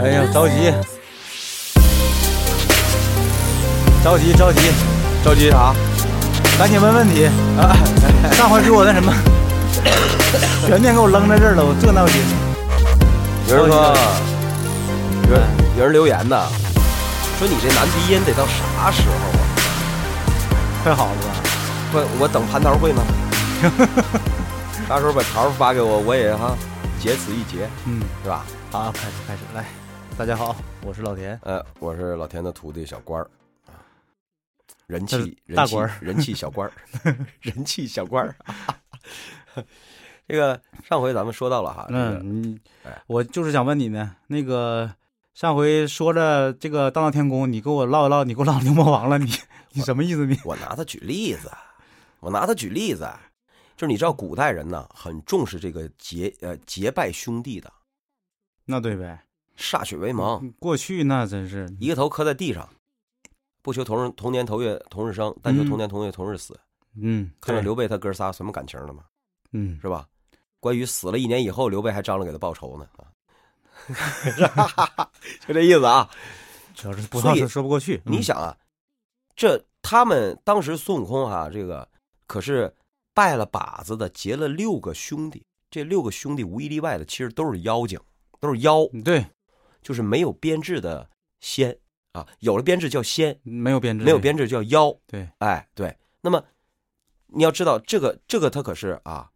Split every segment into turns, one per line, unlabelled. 哎着急，着急，着急，
着急啥？
赶紧问问题啊！ 上回说我那什 么，悬念给我扔在这儿了，我这闹心。
有人说
着急，
有人有人留言呢，说你这男低音得到啥时候啊？
快好了吧？
不，我等蟠桃 会吗？到时候把桃发给我，我也哈结此一结，
嗯，
是吧？
好，开始开始，来，大家好，我是老田。
呃，我是老田的徒弟小官儿，啊人
他是
气人
大
气
官儿
人气小 官儿，人气小官儿。这个上回咱们说到了哈，这个
嗯，你
哎
我就是想问你呢，那个上回说了这个大闹天宫，你给我唠一唠，你给我唠牛魔王了，你你什么意思？你
我拿它举例子，我拿它举例子，就是你知道古代人呢很重视这个结呃结拜兄弟的，
那对呗？
歃血为盟，
过去那真是，
一个头磕在地上，不求同日同年同月同日生，但求
嗯
同年同月同日死。
嗯，
看到
对，
刘备他哥仨什么感情了吗？
嗯，
是吧？关羽死了一年以后，刘备还张罗给他报仇呢啊， 就这意思啊。
主要是不知
所
道
以
是说不过去。
你
嗯
想啊，这他们当时孙悟空哈、这个可是拜了把子的，结了六个兄弟，这六个兄弟无一例外的，其实都是妖精，都是妖，
对，
就是没有编制的仙啊，有了编制叫仙，
没有编制，
没有编制叫妖。
对，
哎，对。那么你要知道，这个这个他可是啊，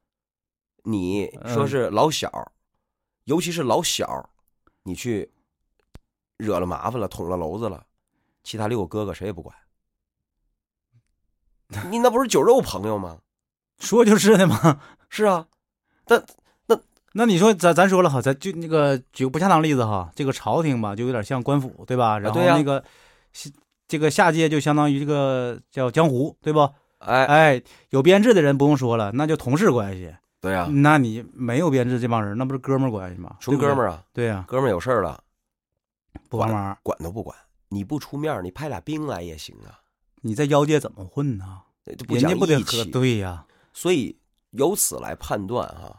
你
嗯
说是老小，尤其是老小，你去惹了麻烦了，捅了娄子了，其他六个哥哥谁也不 管。你那不是酒肉朋友吗？
说就是的嘛。
是啊，
那你说咱咱说了哈，咱就那个举个不恰当例子哈，这个朝廷吧，就有点像官府，对吧？然后
啊对呀
那个、西这个下界就相当于这个叫江湖，对不？
哎，
哎，有编制的人不用说了，那就同事关系。
对呀、
那你没有编制这帮人，那不是哥们儿关系吗？
啊纯哥们儿啊，
对呀、
哥们儿有事儿了，
不帮忙，
管都不管。你不出面儿，你派俩兵来也行啊，
你在妖界怎么混呢？
这不
人
讲
家不得
义
喝？
气啊
对呀、
所以由此来判断啊，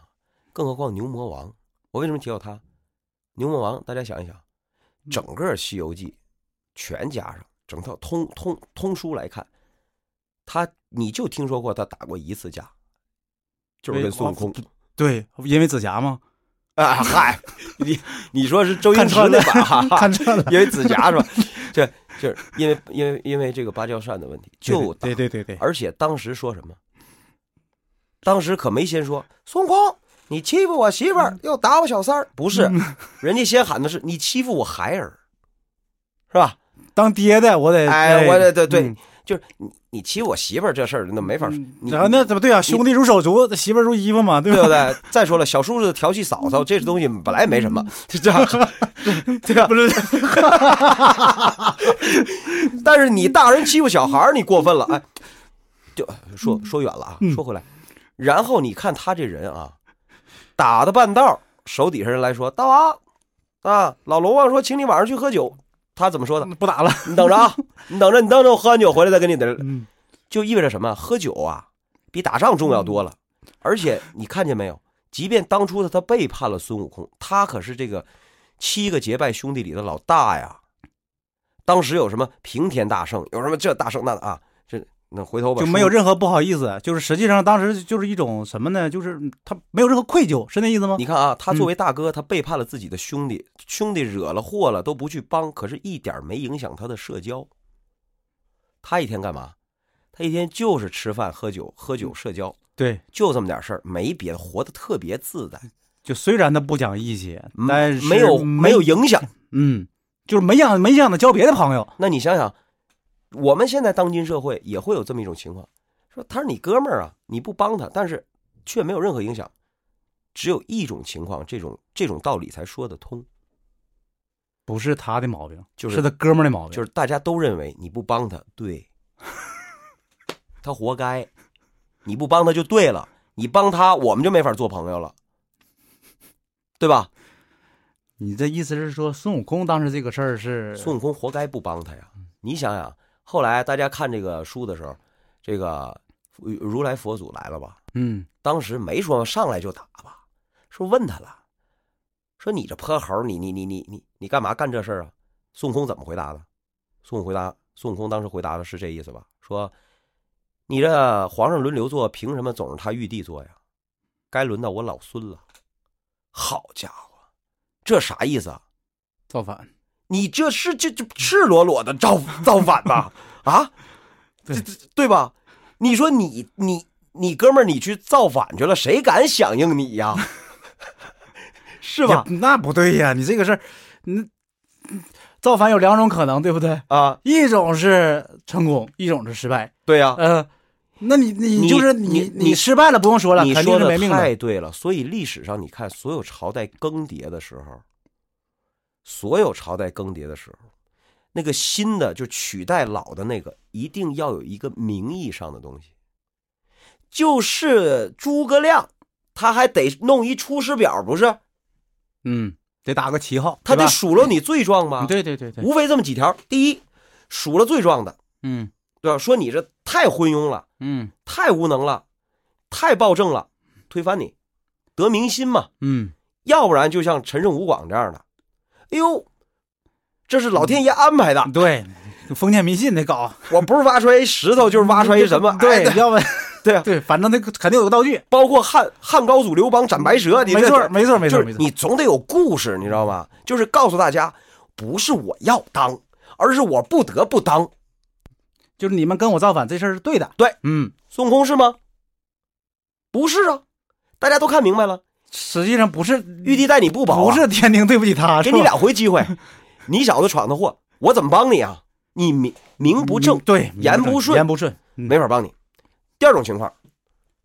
更何况牛魔王，我为什么提到他？牛魔王，大家想一想，
嗯
整个《西游记》全加上，整套通通通书来看，他你就听说过他打过一次架，
哎
就是跟孙悟空。
对，因为紫霞嘛，
啊，嗨，你你说是周星
看
驰
穿
的吧？
看这了，
因为紫霞是吧？这这因为因为因为这个芭蕉扇的问题， 就打
对对对对对，
而且当时说什么？当时可没先说孙悟空，你欺负我媳妇
嗯
儿，又打我小三儿，不是，人家先喊的是你欺负我孩儿，是吧？
当爹的我得，
哎我得对对
嗯
就是你你欺负我媳妇儿这事儿，那没法说
嗯。
你
然后那怎么对啊？兄弟如手足，媳妇儿如衣服嘛，对
对
吧？
不对？再说了，小叔叔调戏 嫂嫂，这东西本来没什么，就这样，对吧？
不是，
但是你大人欺负小孩儿，你过分了，哎，就说说远了啊，说回来，然后你看他这人啊，打到半道儿，手底下人来说大王啊，老龙王说请你晚上去喝酒，他怎么说的？
不打了。
你等着啊，你等着，你等着，我喝完酒回来再跟你的，
嗯，
就意味着什么？喝酒啊，比打仗重要多了，而且你看见没有？即便当初他背叛了孙悟空，他可是这个七个结拜兄弟里的老大呀。当时有什么平天大圣，有什么这大圣那的啊，这那回头吧，
就没有任何不好意思，啊就是实际上当时就是一种什么呢？就是他没有任何嗯愧疚，是那意思吗
你？看啊，他作为大哥，他背叛了自己的兄弟，兄弟惹了祸了都不去帮，可是一点儿没影响他的社交。他一天干嘛？他一天就是吃饭、喝酒、喝酒、社交，
对，
就这么点事儿，没别的，活得特别自在，
就虽然他不讲义气，
嗯
但是
没有没有，影响。
嗯，就是没想没想着交别的朋友，
那你想想，我们现在当今社会也会有这么一种情况，说他是你哥们儿啊，你不帮他，但是却没有任何影响。只有一种情况，这种这种道理才说得通。
不是他的毛病，
就是
他哥们儿的毛病，
就是大家都认为你不帮他， 对，他活该，你不帮他就对了，你帮他我们就没法做朋友了，对吧？
你这意思是说孙悟空当时这个事儿是
孙悟空活该不帮他呀！你想想，后来大家看这个书的时候，这个呃如来佛祖来了吧？
嗯
当时没说上来就打吧，说问他了，说你这泼猴，你你你你你你干嘛干这事儿啊？孙悟空怎么回答的？孙悟空回答，孙悟空当时回答的是这意思吧？说你这皇上轮流坐，凭什么总是他玉帝坐呀？该轮到我老孙了。好家伙，这啥意思啊？
造反，
你这是这这赤裸裸的造造反 吧？啊，这
对
这对吧？你说你你你哥们儿，你去造反去了，谁敢响应你 呀？是吧？
也？那不对呀，你这个事儿，嗯，造反有两种可能，对不对？
啊，
一种是成功，一种是失败。
对呀、
呃，那你你
你
就是
你
你
你
失败了，不用说了，
你
肯
说
定是
的
没命
太
的。
对了。所以历史上，你看所有朝代更迭的时候，所有朝代更迭的时候，那个新的就取代老的那个，一定要有一个名义上的东西。就是诸葛亮，他还得弄一出师表，不是？
嗯，得打个旗号，
他
对
得
吧
数落你罪状吗？
对对对对，
无非这么几条：第一，数落罪状的，
嗯
对吧？说你这太昏庸了，
嗯
太无能了，太暴政了，推翻你，得民心嘛。
嗯，
要不然就像陈胜吴广这样的，哎呦，这是老天爷安排的，
对，啊封建迷信得搞，
我不是挖出来一石头，就是挖出来 一什么，
对，
哎
要不然
对啊
对，反正那个肯定有个道具。
包括汉汉高祖刘邦斩白蛇，你
没
这
错，没错，没
就
错，
是
没错。
你总得有故事，你知道吗？就是告诉大家，不是我要当，而是我不得不当。
就是你们跟我造反这事儿是对的。
对，
嗯，
孙悟空是吗？不是啊，大家都看明白了，
实际上不是
玉帝待你不薄、啊，
不是天庭对不起他，
给
啊是吧
你两回机会，你小子闯的祸，我怎么帮你啊？你名名不正
嗯，对，
言不顺
言不顺，嗯
没法帮你。第二种情况，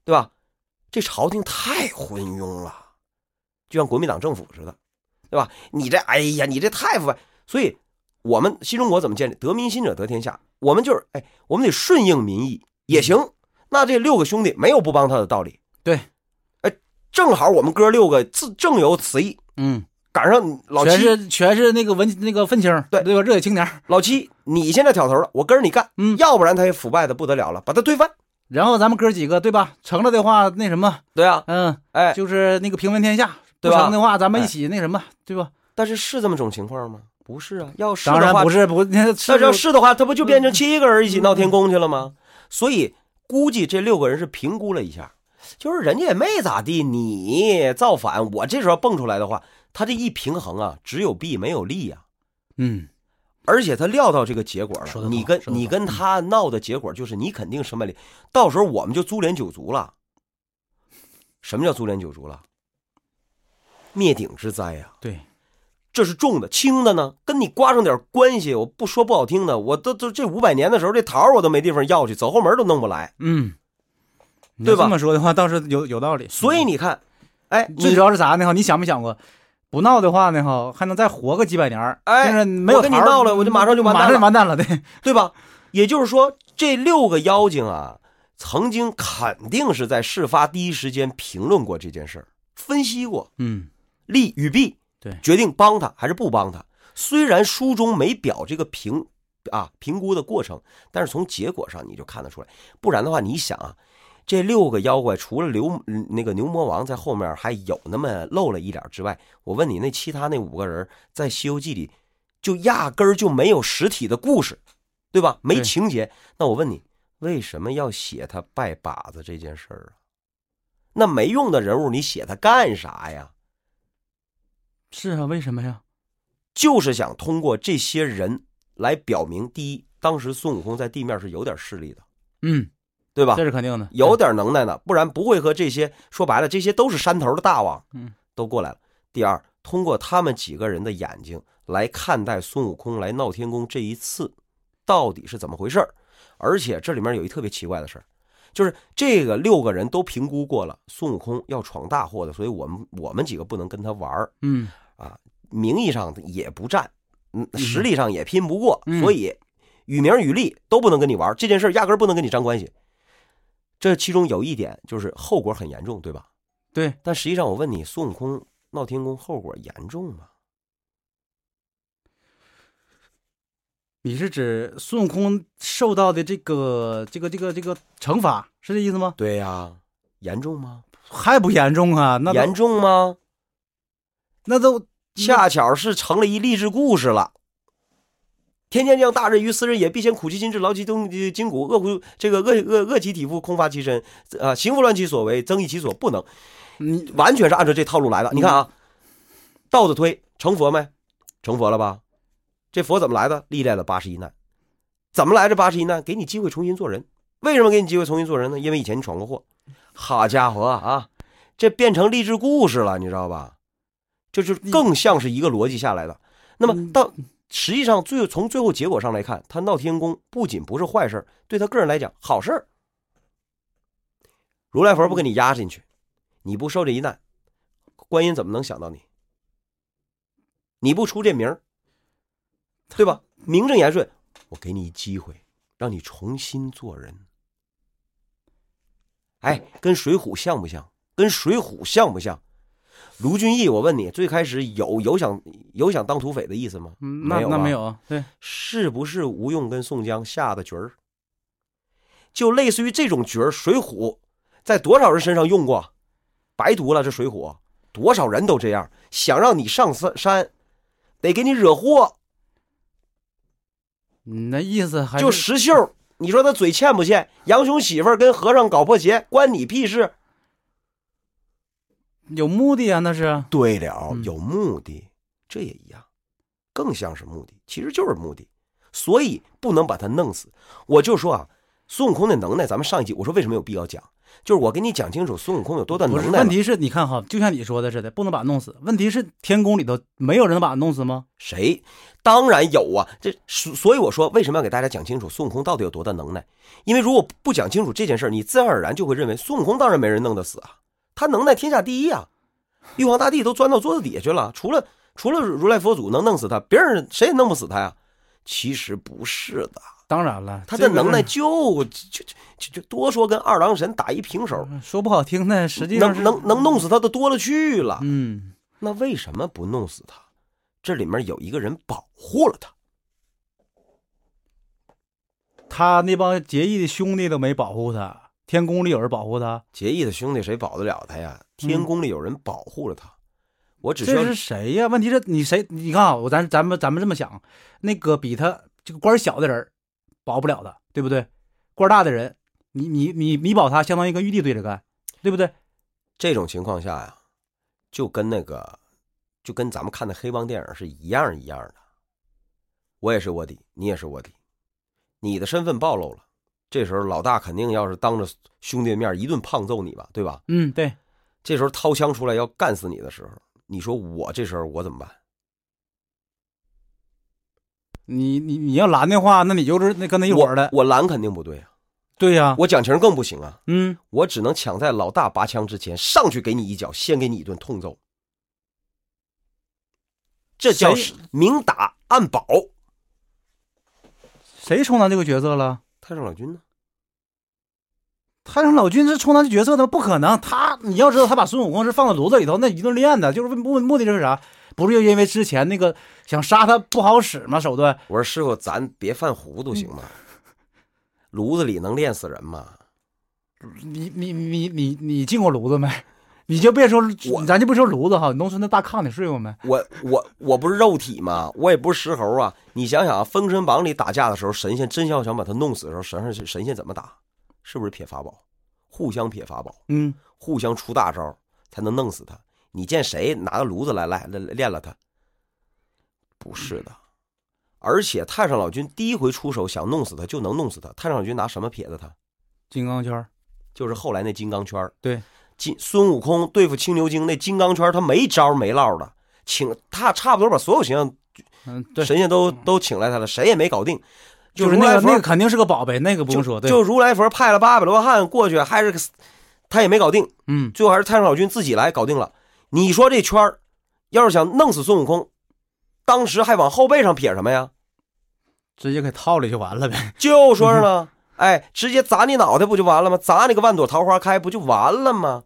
对吧？这朝廷太昏庸了，就像国民党政府似的，对吧？你这，哎呀，你这太腐败。所以，我们新中国怎么建立？得民心者得天下。我们就是，哎，我们得顺应民意也行。那这六个兄弟没有不帮他的道理。
对，
哎，正好我们哥六个自正有此意，
嗯，
赶上老
全
七，
是全是那个文那个愤青，
对
对吧？热血青年，
老七，你现在挑头了，我跟着你干，
嗯
要不然他也腐败的不得了了，把他推翻。
然后咱们哥几个对吧？成了的话那什么，
对啊，
嗯，
哎，
就是那个平分天下，
对吧哎
不成的话咱们一起那什么，对吧？
但是是这么种情况吗？不是啊，要是
当
的
然
话，
不是不，那
那要
是嗯
是的话，他不就变成七个人一起闹天宫去了吗？所以估计这六个人是评估了一下，就是人家也没咋地，你造反，我这时候蹦出来的话，他这一平衡啊，只有弊没有利啊呀、
嗯，
而且他料到这个结果
说
了，
得好
你跟
说得好嗯
你跟他闹的结果就是你肯定身败力，到时候我们就株连九族了。什么叫株连九族了？灭顶之灾呀、
对，
这是重的，轻的呢，跟你刮上点关系，我不说不好听的，我都都这五百年的时候，这桃儿我都没地方要去，走后门都弄不来。
嗯，你
对
要
吧
这么说的话倒是有有道理。
所以你看，哎，
最
你
主要是啥呢？哈，你想没想过，不闹的话呢，哈，还能再活个几百年儿。
哎
就是没有
我跟你
桃儿
闹了我就马上就完蛋了
马上完蛋了。对，
对吧？也就是说，这六个妖精啊，曾经肯定是在事发第一时间评论过这件事儿，分析过
嗯，
利与弊，
对
决定帮他还是不帮他。虽然书中没表这个评啊评估的过程，但是从结果上你就看得出来。不然的话，你想啊，这六个妖怪除了刘嗯那个牛魔王在后面还有那么露了一点之外，我问你，那其他那五个人在《西游记》里就压根儿就没有实体的故事，对吧？没
对
情节。那我问你，为什么要写他拜把子这件事儿啊？那没用的人物，你写他干啥呀？
是啊，为什么呀？
就是想通过这些人来表明，第一，当时孙悟空在地面是有点势力的，
嗯，
对吧
这？是肯定的。
啊有点能耐的，不然不会和这些说白了，这些都是山头的大王，
嗯，
都过来了。第二，通过他们几个人的眼睛来看待孙悟空来闹天宫这一次到底是怎么回事儿，而且这里面有一特别奇怪的事儿。就是这个六个人都评估过了，孙悟空要闯大祸的，所以我们我们几个不能跟他玩儿。
嗯
名义上也不占，嗯，
嗯
实力上也拼不过，
嗯
所以与名与利都不能跟你玩，这件事儿压根儿不能跟你沾关系。这其中有一点就是后果很严重，对吧？
对。
但实际上，我问你，孙悟空闹天宫后果严重吗？
你是指孙悟空受到的这个这个这个这个惩罚是这意思吗？
对呀、严重吗？
还不严重啊？那都
严重吗？
那都
恰巧是成了一励志故事了。天将降大任于斯人也，必先苦其心志，劳其筋筋骨，饿乎这个饿饿饿其体肤，空乏其身啊！行拂乱其所为，增益其所不能。
你
完全是按照这套路来的。你看啊，倒着推成佛没？成佛了吧？这佛怎么来的？历练了八十一难，怎么来这八十一难？给你机会重新做人。为什么给你机会重新做人呢？因为以前你闯过祸。好家伙啊，这变成励志故事了，你知道吧？这就是更像是一个逻辑下来的。那么到实际上最从最后结果上来看，他闹天宫不仅不是坏事儿，对他个人来讲好事儿。如来佛不给你压进去，你不受这一难，观音怎么能想到你？你不出这名儿，对吧？名正言顺，我给你一机会，让你重新做人。哎，跟《水浒》像不像？跟《水浒》像不像？卢俊义，我问你，最开始有有想有想当土匪的意思吗？
嗯那
没有
那
吧
没有，对，
是不是吴用跟宋江下的角儿？就类似于这种角儿，《水浒》在多少人身上用过？白读了这《水浒》，多少人都这样，想让你上山山，得给你惹祸。
你那意思还
就是石秀，你说他嘴欠不欠？杨雄媳妇儿跟和尚搞破鞋，关你屁事？
有目的啊，那是
对了
嗯，
有目的，这也一样，更像是目的，其实就是目的，所以不能把他弄死。我就说啊，孙悟空的能耐，咱们上一集我说为什么有必要讲，就是我给你讲清楚孙悟空有多大
不是？
能耐
问
了。
题是你看哈，就像你说的似的，不能把他弄死。问题是天宫里头没有人能把他弄死吗？
谁？当然有啊，这所所以我说为什么要给大家讲清楚孙悟空到底有多大能耐？因为如果不讲清楚这件事儿，你自然而然就会认为孙悟空当然没人弄得死啊，他能耐天下第一啊，玉皇大帝都钻到桌子底下去了，除了除了如来佛祖能弄死他，别人谁也弄不死他呀。其实不是的，
当然了，
他
这
的
个
能耐就就就就就多说跟二郎神打一平手，
说不好听的，嗯实际上是
能能能弄死他的多了去了。
嗯，
那为什么不弄死他？这里面有一个人保护了他。
他那帮结义的兄弟都没保护他，天宫里有人保护他，
结义的兄弟谁保得了他呀？天宫里有人保护着他，我只需
嗯
要
这是谁呀？问题是你谁？你看啊，我咱咱们咱们这么想，那个比他这个官儿小的人儿保不了他，对不对？官儿大的人，你你你你保他，相当于跟玉帝对着干，对不对？
这种情况下呀，就跟那个就跟咱们看的黑帮电影是一样一样的。我也是卧底，你也是卧底，你的身份暴露了，这时候老大肯定要是当着兄弟的面一顿胖揍你吧，对吧？
嗯，对，
这时候掏枪出来要干死你的时候，你说我这时候我怎么办？
你你你要拦的话，那你就是那跟他一伙儿的，
我我拦肯定不对啊，
对呀、
我讲情更不行啊。
嗯，
我只能抢在老大拔枪之前上去给你一脚，先给你一顿痛揍。这叫
谁
明打暗保。
谁充当这个角色了？
太上老君呢？
太上老君是充当这角色的吗，不可能。他你要知道，他把孙悟空是放到炉子里头那一顿练的，就是目目的就是啥？不是就因为之前那个想杀他不好使吗？手段
我说师傅，咱别犯糊涂行吗？炉子里能练死人吗？
你你你你你进过炉子没？你就别说，
我
咱就不说炉子哈，农村的大炕你睡过没？
我我我不是肉体吗？我也不是石猴啊！你想想啊，《封神榜》里打架的时候，神仙真要想把他弄死的时候，神仙神仙怎么打？是不是撇法宝？互相撇法宝。
嗯，
互相出大招才能弄死他。你见谁拿个炉子来来来练了他？不是的，而且太上老君第一回出手想弄死他就能弄死他。太上老君拿什么撇的他？
金刚圈儿，
就是后来那金刚圈儿
对，
金孙悟空对付青牛精那金刚圈儿他没招儿没落的，请他差不多把所有形象
嗯，对，
神仙都都请来他了，谁也没搞定。
就是
如
那
来
个
佛
那个肯定是个宝贝，那个不用说，
就
对，
就如来佛派了八百罗汉过去，还是个死他也没搞定。
嗯，
最后还是太上老君自己来搞定了。你说这圈儿，要是想弄死孙悟空，当时还往后背上撇什么呀？
直接给套里就完了呗。
就说是呢，哎，直接砸你脑袋不就完了吗？砸你个万朵桃花开不就完了吗？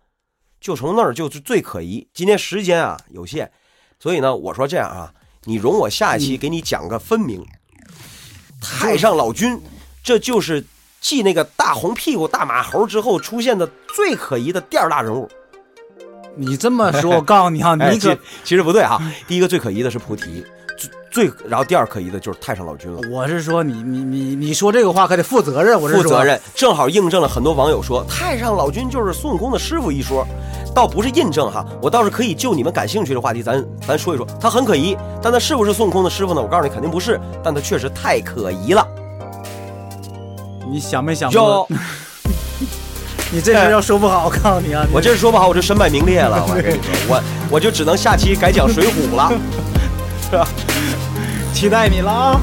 就从那儿就是最可疑。今天时间啊有限，所以呢，我说这样啊，你容我下一期给你讲个分明。太上老君，这就是继那个大红屁股大马猴之后出现的最可疑的第二大人物。
你这么 说，我告诉你 啊，
哎
你
其
可
其实不对啊。第一个最可疑的是菩提，最最然后第二可疑的就是太上老君了。
我是说你你你你说这个话可得负责任，我是
负
说
责。任，正好印证了很多网友说太上老君就是孙悟空的师傅一说，倒不是印证哈，我倒是可以就你们感兴趣的话题，咱咱说一说，他很可疑，但他是不是孙悟空的师傅呢？我告诉你，肯定不是，但他确实太可疑了。
你想没想
哟哎
过？，你这是要说不好，我告诉你啊，你
我这说不好，我就身败名裂了。我跟你说，我我就只能下期改讲《水浒》了。
期待你了啊！